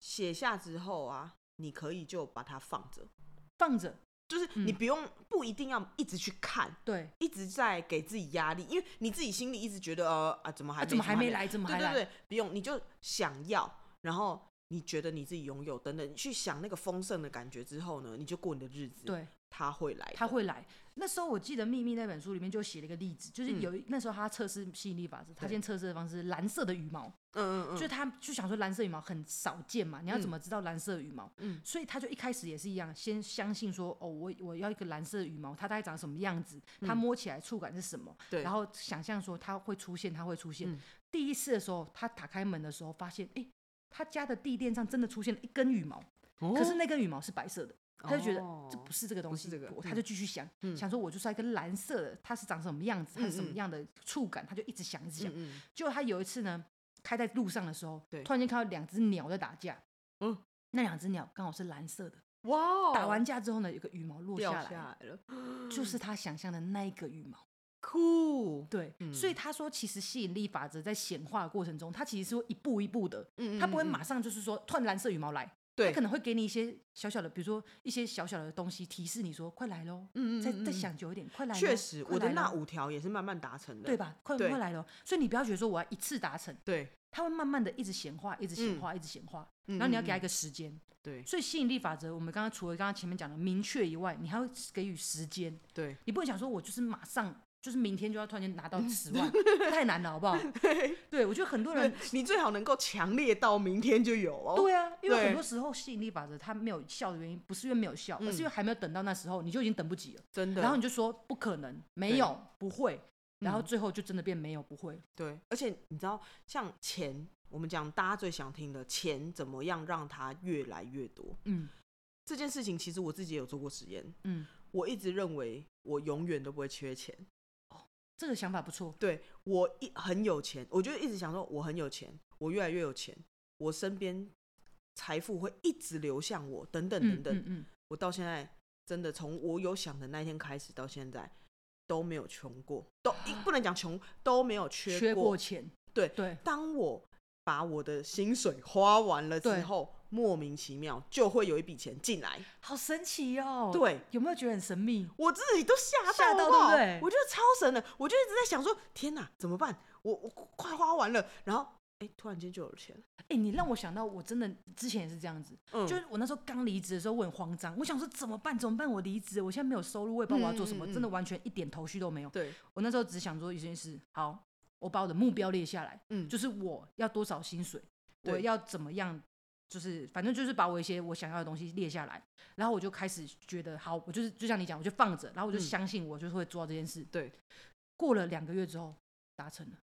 Speaker 2: 写下之后啊，你可以就把它放着，
Speaker 1: 放着，
Speaker 2: 就是你
Speaker 1: 嗯
Speaker 2: 不用、不一定要一直去看，
Speaker 1: 对，
Speaker 2: 一直在给自己压力，因为你自己心里一直觉得呃啊怎么还
Speaker 1: 啊，
Speaker 2: 没
Speaker 1: 怎么还没
Speaker 2: 没？
Speaker 1: 来，怎么
Speaker 2: 对
Speaker 1: 还
Speaker 2: 对
Speaker 1: 来，
Speaker 2: 对，不用，你就想要，然后你觉得你自己拥有等等，你去想那个丰盛的感觉之后呢，你就过你的日子，，
Speaker 1: 对
Speaker 2: 它会来的，
Speaker 1: 他会来。那时候我记得《秘密》那本书里面就写了一个例子，就是
Speaker 2: 嗯
Speaker 1: 有一、那时候他测试吸引力法则，他
Speaker 2: 对
Speaker 1: 先测试的方式是蓝色的羽毛，
Speaker 2: 嗯嗯嗯，
Speaker 1: 就他就想说蓝色羽毛很少见嘛，你要怎
Speaker 2: 嗯
Speaker 1: 么知道蓝色羽毛？
Speaker 2: 嗯
Speaker 1: 所以他就一开始也是一样，先相信说哦，我我要一个蓝色羽毛，它大概长什么样子，它
Speaker 2: 嗯
Speaker 1: 摸起来触感是什么，
Speaker 2: 对
Speaker 1: 然后想象说它会出现，它会出现。
Speaker 2: 嗯
Speaker 1: 第一次的时候，他打开门的时候发现，哎、他家的地垫上真的出现了一根羽毛，可是那根羽毛是白色的。他就觉得这
Speaker 2: 哦
Speaker 1: 不是这个东
Speaker 2: 不是
Speaker 1: 西，
Speaker 2: 这个
Speaker 1: 我
Speaker 2: 嗯
Speaker 1: 他就继续想，
Speaker 2: 嗯
Speaker 1: 想说我就是要一根蓝色的，它是长什么样子，它是什么
Speaker 2: 嗯嗯
Speaker 1: 样的触感，他就一直想，一直想。
Speaker 2: 嗯嗯
Speaker 1: 就他有一次呢，开在路上的时候，
Speaker 2: 对
Speaker 1: 突然间看到两只鸟在打架。
Speaker 2: 嗯，
Speaker 1: 那两只鸟刚好是蓝色的，
Speaker 2: 哇
Speaker 1: 哦打完架之后呢，有个羽毛落
Speaker 2: 掉
Speaker 1: 下来，
Speaker 2: 下来了，嗯
Speaker 1: 就是他想象的那一个羽毛。
Speaker 2: 酷，
Speaker 1: 对，所以他说，其实吸引力法则在显化的过程中，它其实是会一步一步的，
Speaker 2: 嗯
Speaker 1: 它不会
Speaker 2: 嗯嗯
Speaker 1: 马上就是说突然蓝色羽毛来，它
Speaker 2: 对
Speaker 1: 可能会给你一些小小的，比如说一些小小的东西提示你说快来喽，
Speaker 2: 嗯嗯
Speaker 1: 再
Speaker 2: 嗯
Speaker 1: 再
Speaker 2: 嗯
Speaker 1: 想久一点，快来咯，
Speaker 2: 确实，
Speaker 1: 快
Speaker 2: 我的
Speaker 1: 来
Speaker 2: 那
Speaker 1: 咯
Speaker 2: 五条也是慢慢达成的，
Speaker 1: 对？吧？快
Speaker 2: 哦对
Speaker 1: 快来喽，所以你不要觉得说我要一次达成，
Speaker 2: 对，
Speaker 1: 它会慢慢的一直显化，一直显
Speaker 2: 嗯
Speaker 1: 化，一直显化，
Speaker 2: 然
Speaker 1: 然后你要给它一个时间。
Speaker 2: 对
Speaker 1: 所以吸引力法则，我们刚刚除了刚刚前面讲的明确以外，你还会给予时间，
Speaker 2: 对
Speaker 1: 你不能想说我就是马上。就是明天就要突然间拿到十万，太难了，好不 好？
Speaker 2: 对
Speaker 1: 对，我觉得很多人
Speaker 2: 对，你最好能够强烈到明天就有哦。
Speaker 1: 对啊，因为很
Speaker 2: 对
Speaker 1: 多时候吸引力法则它没有效的原因，不是因为没有效，而是
Speaker 2: 嗯
Speaker 1: 因为还没有等到那时候，你就已经等不及了。
Speaker 2: 真的。
Speaker 1: 然后你就说不可能，没
Speaker 2: 对
Speaker 1: 有，不会，然后
Speaker 2: 嗯
Speaker 1: 最后就真的变没有，不会。
Speaker 2: 对，而且你知道，像钱，我们讲大家最想听的钱怎么样让它越来越多
Speaker 1: 嗯
Speaker 2: 这件事情，其实我自己也有做过实验。
Speaker 1: 嗯，
Speaker 2: 我一直认为我永远都不会缺钱，
Speaker 1: 这个想法不错。
Speaker 2: 对我一很有钱，我就一直想说我很有钱，我越来越有钱，我身边财富会一直流向我，等等等
Speaker 1: 嗯
Speaker 2: 等。
Speaker 1: 嗯嗯，
Speaker 2: 我到现在真的从我有想的那一天开始到现在都没有穷过，都一不能讲穷，都没有缺
Speaker 1: 缺
Speaker 2: 过。
Speaker 1: 过钱。
Speaker 2: 对
Speaker 1: 对，
Speaker 2: 当我把我的薪水花完了之
Speaker 1: 对
Speaker 2: 后，莫名其妙就会有一笔钱进来，
Speaker 1: 好神奇哦。
Speaker 2: 对，
Speaker 1: 有没有觉得很神秘？
Speaker 2: 我自己都吓到，
Speaker 1: 吓到
Speaker 2: 好不好
Speaker 1: 对不对
Speaker 2: 我觉得超神的，我就一直在想说，天哪，怎么办？我我快花完了，然后哎、突然间就有了钱了，
Speaker 1: 哎，你让我想到，我真的之前也是这样子，
Speaker 2: 嗯，
Speaker 1: 就是我那时候刚离职的时候，我很慌张，我想说怎么办？怎么办？我离职，我现在没有收入，我也不知道我要做什么，
Speaker 2: 嗯嗯嗯
Speaker 1: 真的完全一点头绪都没有。
Speaker 2: 对，
Speaker 1: 我那时候只想做一件事，好，我把我的目标列下来，
Speaker 2: 嗯，
Speaker 1: 就是我要多少薪水，我
Speaker 2: 对
Speaker 1: 要怎么样，就是反正就是把我一些我想要的东西列下来，然后我就开始觉得好，我就是就像你讲，我就放着，然后我就
Speaker 2: 嗯
Speaker 1: 相信我就是会做到这件事。
Speaker 2: 对，
Speaker 1: 过了两个月之后达成了，
Speaker 2: 哎、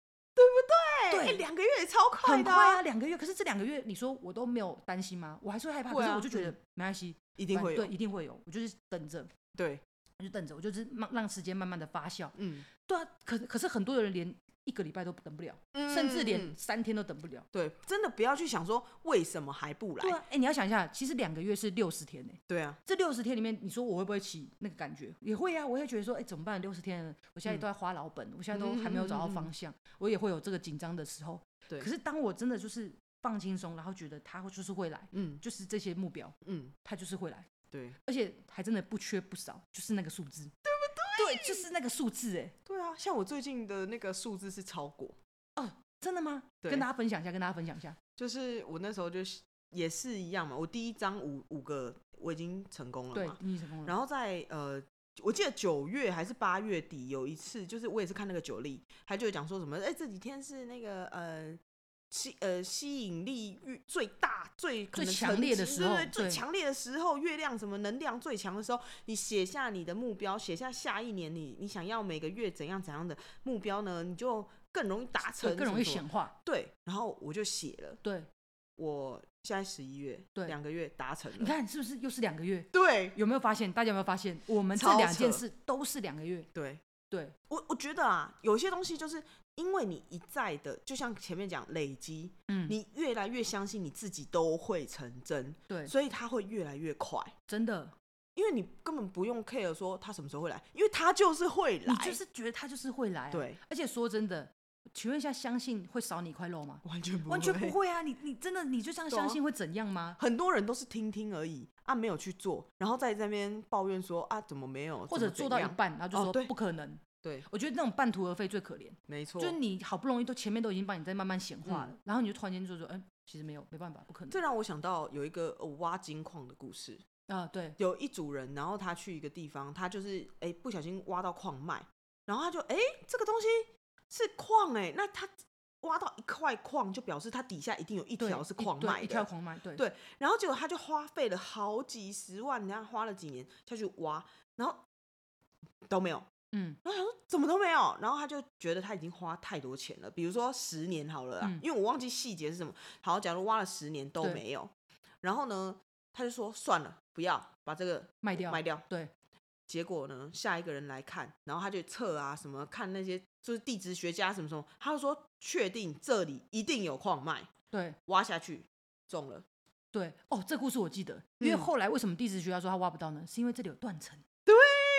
Speaker 1: 对
Speaker 2: 两个月也超快
Speaker 1: 很
Speaker 2: 的
Speaker 1: 快
Speaker 2: 啊、
Speaker 1: 啊，两个月。可是这两个月你说我都没有担心吗？我还是会害怕，
Speaker 2: 会
Speaker 1: 可是
Speaker 2: 啊
Speaker 1: 我就觉得
Speaker 2: 嗯
Speaker 1: 没关系，
Speaker 2: 一
Speaker 1: 一
Speaker 2: 定会有，
Speaker 1: 对，一定会有，我就是等着。
Speaker 2: 对，
Speaker 1: 我就等着，我就是让让时间慢慢的发酵。
Speaker 2: 嗯，
Speaker 1: 对啊，可可是很多人连一个礼拜都等不了，甚至
Speaker 2: 嗯嗯
Speaker 1: 连
Speaker 2: 嗯
Speaker 1: 三天都等不了。
Speaker 2: 对，真的不要去想说为什么还不来，
Speaker 1: 对啊，哎、你要想一下，其实两个月是六十天呢、
Speaker 2: 对啊，
Speaker 1: 这六十天里面，你说我会不会起那个感觉？也会啊，我会觉得说，哎、怎么办？六十天了，我现在
Speaker 2: 嗯
Speaker 1: 都在花老本，我现在都还没有找到
Speaker 2: 嗯嗯嗯嗯
Speaker 1: 方向，我也会有这个紧张的时候。
Speaker 2: 对
Speaker 1: 可是当我真的就是放轻松，然后觉得它会就是会来，
Speaker 2: 嗯
Speaker 1: 就是这些目标，
Speaker 2: 嗯，
Speaker 1: 它就是会来，
Speaker 2: 对，
Speaker 1: 而且还真的不缺不少，就是那个数字，对不对？对，就是那个数字、哎，
Speaker 2: 对啊，像我最近的那个数字是超过，
Speaker 1: 真的吗？
Speaker 2: 对
Speaker 1: 跟大家分享一下，跟大家分享一下。
Speaker 2: 就是我那时候就是也是一样嘛，我第一张五五个我已经成功了
Speaker 1: 对
Speaker 2: 嘛，，
Speaker 1: 你成功了。
Speaker 2: 然后在呃，我记得九月还是八月底有一次，就是我也是看那个九力，他就有讲说什么，哎、这几天是那个呃。吸呃吸引力越最大最可
Speaker 1: 最
Speaker 2: 能
Speaker 1: 强
Speaker 2: 成
Speaker 1: 烈的
Speaker 2: 绩
Speaker 1: 时
Speaker 2: 对
Speaker 1: 候
Speaker 2: 对对最
Speaker 1: 对
Speaker 2: 强烈的时候，月亮什么能量最强的时候，你写下你的目标，写下下一年你你想要每个月怎样怎样的目标呢，你就更容易达成
Speaker 1: 对，更
Speaker 2: 什么什么，
Speaker 1: 容易显化。
Speaker 2: 对。然后我就写了，
Speaker 1: 对，
Speaker 2: 我现在十一月，
Speaker 1: 对
Speaker 2: 两个月达成
Speaker 1: 你
Speaker 2: 了，
Speaker 1: 看是不是又是两个月？
Speaker 2: 对
Speaker 1: 有没有发现？大家有没有发现？我们这
Speaker 2: 超
Speaker 1: 两件
Speaker 2: 扯
Speaker 1: 事都是两个月。
Speaker 2: 对，
Speaker 1: 对，
Speaker 2: 我我觉得啊，有些东西就是因为你一再的，就像前面讲累积，
Speaker 1: 嗯，
Speaker 2: 你越来越相信你自己都会成真，
Speaker 1: 对，
Speaker 2: 所以它会越来越快。
Speaker 1: 真的，
Speaker 2: 因为你根本不用 care 说它什么时候会来，因为它就是会来，
Speaker 1: 你就是觉得他就是会来、啊。，
Speaker 2: 对，
Speaker 1: 而且说真的，请问一下，相信会少你一块肉吗？
Speaker 2: 完 全不
Speaker 1: 完全不。会啊！你你真的你就这样
Speaker 2: 对啊
Speaker 1: 相信会怎样吗？
Speaker 2: 很多人都是听听而已啊，没有去做，然后在这边抱怨说啊，怎么没有，
Speaker 1: 或
Speaker 2: 怎
Speaker 1: 者
Speaker 2: 么
Speaker 1: 做
Speaker 2: 怎
Speaker 1: 到一
Speaker 2: 样
Speaker 1: 半，然后就
Speaker 2: 哦
Speaker 1: 说
Speaker 2: 对
Speaker 1: 不可能。
Speaker 2: 对，
Speaker 1: 我觉得那种半途而废最可怜，
Speaker 2: 没错，
Speaker 1: 就是你好不容易都前面都已经帮你在慢慢显化
Speaker 2: 嗯
Speaker 1: 了，然后你就突然间就说，嗯，其实没有，没办法，不可能
Speaker 2: 这让我想到有一个呃挖金矿的故事，
Speaker 1: 啊！对，
Speaker 2: 有一组人，然后他去一个地方，他就是哎、不小心挖到矿脉，然后他就哎、这个东西是矿哎、那他挖到一块矿，就表示它底下一定有一
Speaker 1: 对
Speaker 2: 条是
Speaker 1: 一
Speaker 2: 矿
Speaker 1: 对
Speaker 2: 脉
Speaker 1: 一条
Speaker 2: 的。
Speaker 1: 狂脉，对
Speaker 2: 对然后结果他就花费了好几十万，人家花了几年下去挖，然后都没有，
Speaker 1: 嗯
Speaker 2: 然后想说怎么都没有，然后他就觉得他已经花太多钱了，比如说十年好了啦，
Speaker 1: 嗯
Speaker 2: 因为我忘记细节是什么。好，假如挖了十年都
Speaker 1: 对
Speaker 2: 没有，然后呢，他就说算了，不要把这个
Speaker 1: 卖掉，
Speaker 2: 卖掉。
Speaker 1: 对，
Speaker 2: 结果呢，下一个人来看，然后他就测啊，什么看那些就是地质学家什么什么，他就说确定这里一定有矿脉，
Speaker 1: 对
Speaker 2: 挖下去中了，
Speaker 1: 对，哦，这故事我记得，因为
Speaker 2: 嗯
Speaker 1: 后来为什么地质学家说他挖不到呢？是因为这里有断层，
Speaker 2: 对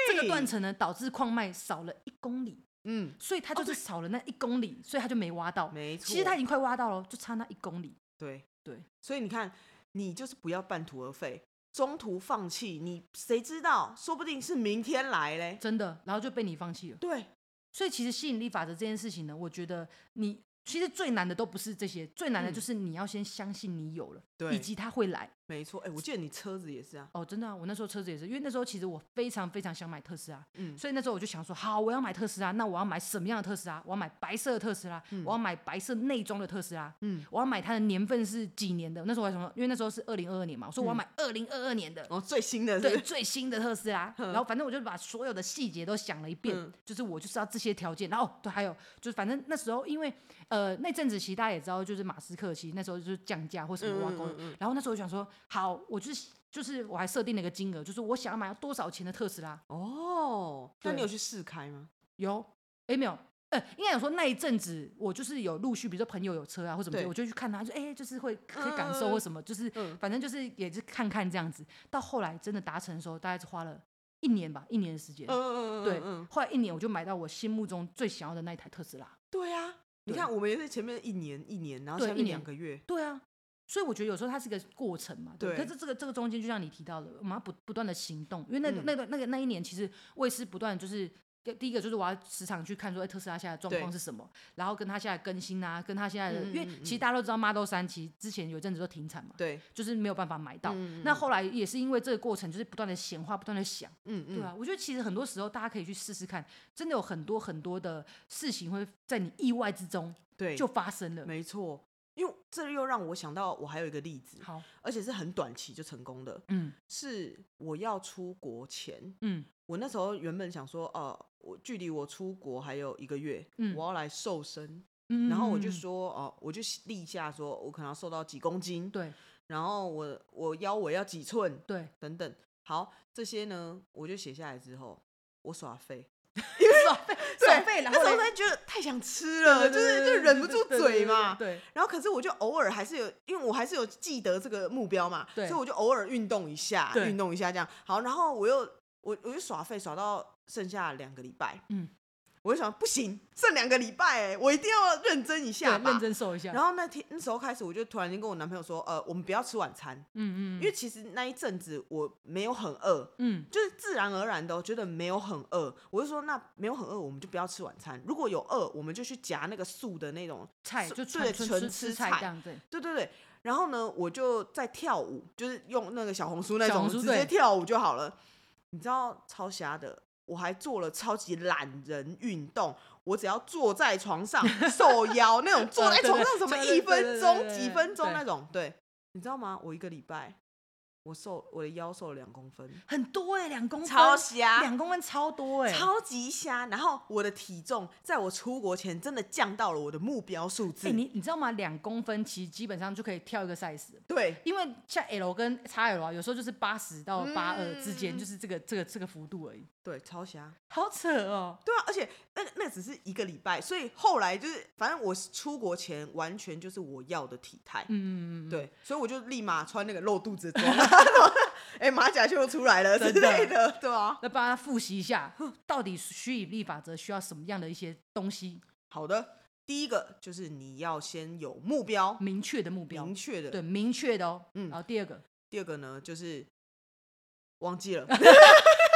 Speaker 1: 这个断，层呢导致矿脉少了一公里，
Speaker 2: 嗯，
Speaker 1: 所以他就
Speaker 2: 对
Speaker 1: 是少了那一公里，所以他就没挖到。
Speaker 2: 没错，
Speaker 1: 其实他已经快挖到了，就差那一公里。
Speaker 2: 对
Speaker 1: 对，
Speaker 2: 所以你看，你就是不要半途而废，中途放弃，你谁知道，说不定是明天来嘞。
Speaker 1: 真的，然后就被你放弃了。
Speaker 2: 对，
Speaker 1: 所以其实吸引力法则这件事情呢，我觉得你其实最难的都不是这些，最难的
Speaker 2: 嗯
Speaker 1: 就是你要先相信你有了，
Speaker 2: 对
Speaker 1: 以及它会来。
Speaker 2: 没错。哎、我记得你车子也是啊，
Speaker 1: 哦，真的、啊，我那时候车子也是，因为那时候其实我非常非常想买特斯拉，
Speaker 2: 嗯
Speaker 1: 所以那时候我就想说，好，我要买特斯拉，那我要买什么样的特斯拉？我要买白色的特斯拉，我要买白色内装的特斯拉，
Speaker 2: 嗯，
Speaker 1: 我要买它的年份是几年的？那时候我还想说，因为那时候是二零二二年嘛，我说我要
Speaker 2: 嗯
Speaker 1: 买二零二二年的，
Speaker 2: 哦，最新的是
Speaker 1: 对
Speaker 2: 不是
Speaker 1: 最新的特斯 拉，
Speaker 2: 嗯
Speaker 1: 然后反正我就把所有的细节都想了一遍，
Speaker 2: 嗯
Speaker 1: 就是我就是要这些条件，然后哦对，还有就是反正那时候因为呃那阵子其实大家也知道，就是马斯克其实那时候就是降价或什么挖沟，
Speaker 2: 嗯嗯嗯嗯
Speaker 1: 然后那时候我想说好，我就是就是我还设定了一个金额，就是我想要买多少钱的特斯拉，
Speaker 2: 哦，那你
Speaker 1: 对
Speaker 2: 有去试开吗？
Speaker 1: 有诶没有？呃，应该有说那一阵子，我就是有陆续，比如说朋友有车啊，或什么之类，
Speaker 2: 对
Speaker 1: 我就去看他，就哎、就是会可以感
Speaker 2: 嗯嗯
Speaker 1: 受
Speaker 2: 嗯
Speaker 1: 或什么，就是、
Speaker 2: 嗯
Speaker 1: 反正就是也是看看这样子。到后来真的达成的时候，大概是花了一年吧，一年的时间。
Speaker 2: 嗯嗯嗯，
Speaker 1: 对
Speaker 2: 嗯嗯，
Speaker 1: 后来一年我就买到我心目中最想要的那一台特斯拉。
Speaker 2: 对啊。你
Speaker 1: 对
Speaker 2: 看，我们也是前面一年一年，然后
Speaker 1: 对
Speaker 2: 下
Speaker 1: 一
Speaker 2: 面两
Speaker 1: 年
Speaker 2: 个月，
Speaker 1: 对啊，所以我觉得有时候它是一个过程嘛。对不对。
Speaker 2: 对
Speaker 1: 可是这个这个中间，就像你提到的，我们要不不断的行动，因为那个、
Speaker 2: 嗯
Speaker 1: 那个那个那一年，其实我也是不断地就是。第一个就是我要时常去看说，哎，特斯拉现在的状况是
Speaker 2: 对
Speaker 1: 什么，然后跟它现在的更新啊，跟它现在的，因为
Speaker 2: 嗯嗯嗯
Speaker 1: 其实大家都知道 Model 三其实之前有一阵子都停产嘛，
Speaker 2: 对，
Speaker 1: 就是没有办法买到。
Speaker 2: 嗯
Speaker 1: 那后来也是因为这个过程，就是不断的闲话，不断的想，
Speaker 2: 嗯
Speaker 1: 对啊，我觉得其实很多时候大家可以去试试看，真的有很多很多的事情会在你意外之中
Speaker 2: 对，啊
Speaker 1: 就发生了。
Speaker 2: 没错。因为这又让我想到，我还有一个例子，
Speaker 1: 好，
Speaker 2: 而且是很短期就成功的，
Speaker 1: 嗯
Speaker 2: 是我要出国前，
Speaker 1: 嗯
Speaker 2: 我那时候原本想说，哦、我距离我出国还有一个月，
Speaker 1: 嗯
Speaker 2: 我要来瘦身，
Speaker 1: 嗯，
Speaker 2: 然后我就
Speaker 1: 嗯，
Speaker 2: 说，哦、我就立下说，我可能要瘦到几公斤，
Speaker 1: 对
Speaker 2: 然后我我腰围要几寸
Speaker 1: 对，
Speaker 2: 等等。好，这些呢，我就写下来之后，我耍废，
Speaker 1: 爽费
Speaker 2: 对
Speaker 1: 爽费，然
Speaker 2: 那
Speaker 1: 后
Speaker 2: 时候
Speaker 1: 嘞
Speaker 2: 真的觉得太想吃了，就是就忍不住嘴嘛，
Speaker 1: 对
Speaker 2: 然后可是我就偶尔还是有，因为我还是有记得这个目标嘛，所
Speaker 1: 对
Speaker 2: 以我就偶尔运动一下，
Speaker 1: 对
Speaker 2: 运动一下这样。好，然后我又我我就耍废耍到剩下两个礼拜，
Speaker 1: 嗯，
Speaker 2: 我就想不行，剩两个礼拜、欸，我一定要认真一下
Speaker 1: 对，
Speaker 2: 吧
Speaker 1: 认。真瘦一下，
Speaker 2: 然后那天那时候开始，我就突然间跟我男朋友说，呃，我们不要吃晚餐，
Speaker 1: 嗯嗯，
Speaker 2: 因为其实那一阵子我没有很饿。
Speaker 1: 嗯
Speaker 2: 就是自然而然的、我觉得没有很饿，我就说那没有很饿，我们就不要吃晚餐。如果有饿，我们就去夹那个素的那种
Speaker 1: 菜
Speaker 2: 是
Speaker 1: 就
Speaker 2: 对
Speaker 1: 纯纯
Speaker 2: 纯
Speaker 1: 吃
Speaker 2: 吃
Speaker 1: 吃菜
Speaker 2: 菜
Speaker 1: 这样对，
Speaker 2: 对对对，然后呢，我就在跳舞，就是用那个小红书那
Speaker 1: 小
Speaker 2: 种
Speaker 1: 红书
Speaker 2: 直
Speaker 1: 对
Speaker 2: 接跳舞就好了。你知道超瞎的，我还做了超级懒人运动，我只要坐在 床上瘦腰那种，坐
Speaker 1: 呃
Speaker 2: 在
Speaker 1: 对
Speaker 2: 床
Speaker 1: 对
Speaker 2: 上什么
Speaker 1: 对对
Speaker 2: 一
Speaker 1: 对对
Speaker 2: 分
Speaker 1: 对
Speaker 2: 钟、
Speaker 1: 对
Speaker 2: 几
Speaker 1: 对
Speaker 2: 分钟
Speaker 1: 对
Speaker 2: 那种。对，你知道吗？我一个礼拜，我瘦我的腰瘦了两公分，
Speaker 1: 很多
Speaker 2: 欸
Speaker 1: 哎，两公分，
Speaker 2: 超瞎。
Speaker 1: 两公分超多哎，
Speaker 2: 超欸级瞎，然后我的体重在我出国前真的降到了我的目标数字。
Speaker 1: 哎，你你知道吗？两公分其实基本上就可以跳一个 size 了。
Speaker 2: 对，
Speaker 1: 因为像 L 跟 XL 啊，有时候就是八十到八二之
Speaker 2: 嗯
Speaker 1: 间，就是这个这个这个幅度而已，
Speaker 2: 对，超瞎。
Speaker 1: 好扯哦。
Speaker 2: 对啊，而且那个那个只是一个礼拜，所以后来就是，反正我出国前完全就是我要的体态，
Speaker 1: 嗯，
Speaker 2: 对，所以我就立马穿那个露肚子的装， 哎、马甲就出来了之
Speaker 1: 真的
Speaker 2: 类的，对啊。
Speaker 1: 那帮他复习一下，到底吸引力法则需要什么样的一些东西，
Speaker 2: 好的，第一个就是你要先有目标，
Speaker 1: 明确的目标
Speaker 2: 明，确的。
Speaker 1: 对，明确的哦。
Speaker 2: 嗯
Speaker 1: 然后第二个，
Speaker 2: 第二个呢，就是忘 记了，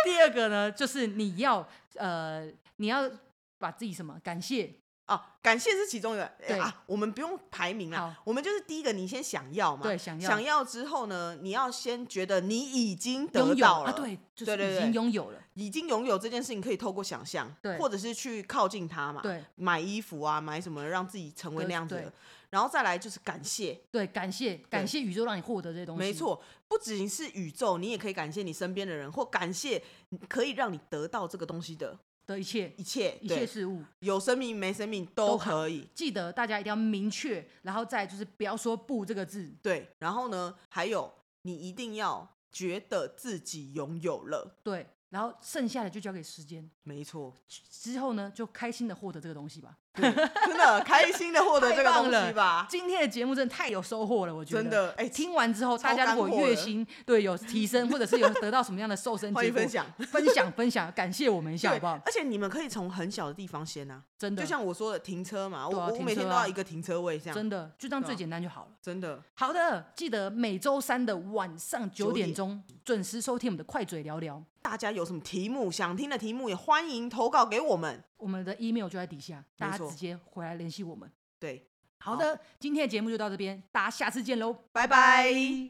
Speaker 1: 第二个呢，就是你要呃，你要把自己什么感谢，
Speaker 2: 啊，感谢是其中一个。哎
Speaker 1: 对
Speaker 2: 啊，我们不用排名啦
Speaker 1: 好，
Speaker 2: 我们就是第一个，你先想要嘛，
Speaker 1: 对想要
Speaker 2: 想要之后呢，你要先觉得你已经得
Speaker 1: 拥有
Speaker 2: 到了，
Speaker 1: 啊，对，就
Speaker 2: 对对
Speaker 1: 是已
Speaker 2: 对
Speaker 1: 经拥有了，
Speaker 2: 已经拥有这件事情，可以透过想象，
Speaker 1: 对
Speaker 2: 或者是去靠近它嘛，，
Speaker 1: 对
Speaker 2: 买衣服啊，买什么让自己成为
Speaker 1: 对
Speaker 2: 那样子
Speaker 1: 对
Speaker 2: 的，然后再来就是感谢，
Speaker 1: 对，感谢感谢宇宙让你获得这些东西，
Speaker 2: 没，错，不仅是宇宙，你也可以感谢你身边的人，或感谢可以让你得到这个东西的
Speaker 1: 的一切
Speaker 2: 一切，
Speaker 1: 一切
Speaker 2: 对，
Speaker 1: 事物。
Speaker 2: 有生命没生命都
Speaker 1: 都好
Speaker 2: 可以，
Speaker 1: 记得大家一定要明确，然后再就是不要说“不”这个字，
Speaker 2: 对，然后呢，还有你一定要觉得自己拥有了，
Speaker 1: 对，然后剩下的就交给时间，
Speaker 2: 没错，
Speaker 1: 之后呢就开心的获得这个东西吧。
Speaker 2: 真的开心的获得这个东西吧，
Speaker 1: 今天的节目真的太有收获了，我觉得
Speaker 2: 真。的哎，
Speaker 1: 听完之后，
Speaker 2: 超
Speaker 1: 大家如果
Speaker 2: 干货的
Speaker 1: 月薪对有提升，或者是有得到什么样的瘦身
Speaker 2: 欢
Speaker 1: 结
Speaker 2: 迎
Speaker 1: 果，
Speaker 2: 分享，
Speaker 1: 分享分享， 感谢我们一下好
Speaker 2: 对
Speaker 1: 不好，？
Speaker 2: 而且你们可以从很小的地方先啊，
Speaker 1: 真的
Speaker 2: 就，像我说的停车嘛，我
Speaker 1: 对啊
Speaker 2: 我
Speaker 1: 停
Speaker 2: 每天
Speaker 1: 车
Speaker 2: 都
Speaker 1: 啊
Speaker 2: 要一个停车位这样，
Speaker 1: 真的，就这样
Speaker 2: 对啊
Speaker 1: 最简单就好了。
Speaker 2: 真的
Speaker 1: 好的，记得每周三的晚上九
Speaker 2: 9
Speaker 1: 点
Speaker 2: 点
Speaker 1: 钟准时收听我们的快嘴聊聊。
Speaker 2: 大家有什么题目想听的题目也欢迎投稿给我们。
Speaker 1: 我们的 email 就在底下，大家
Speaker 2: 错
Speaker 1: 直接回来联系我们。
Speaker 2: 对，
Speaker 1: 好的，今天的节目就到这边，大家下次见喽，
Speaker 2: 拜拜。
Speaker 1: 拜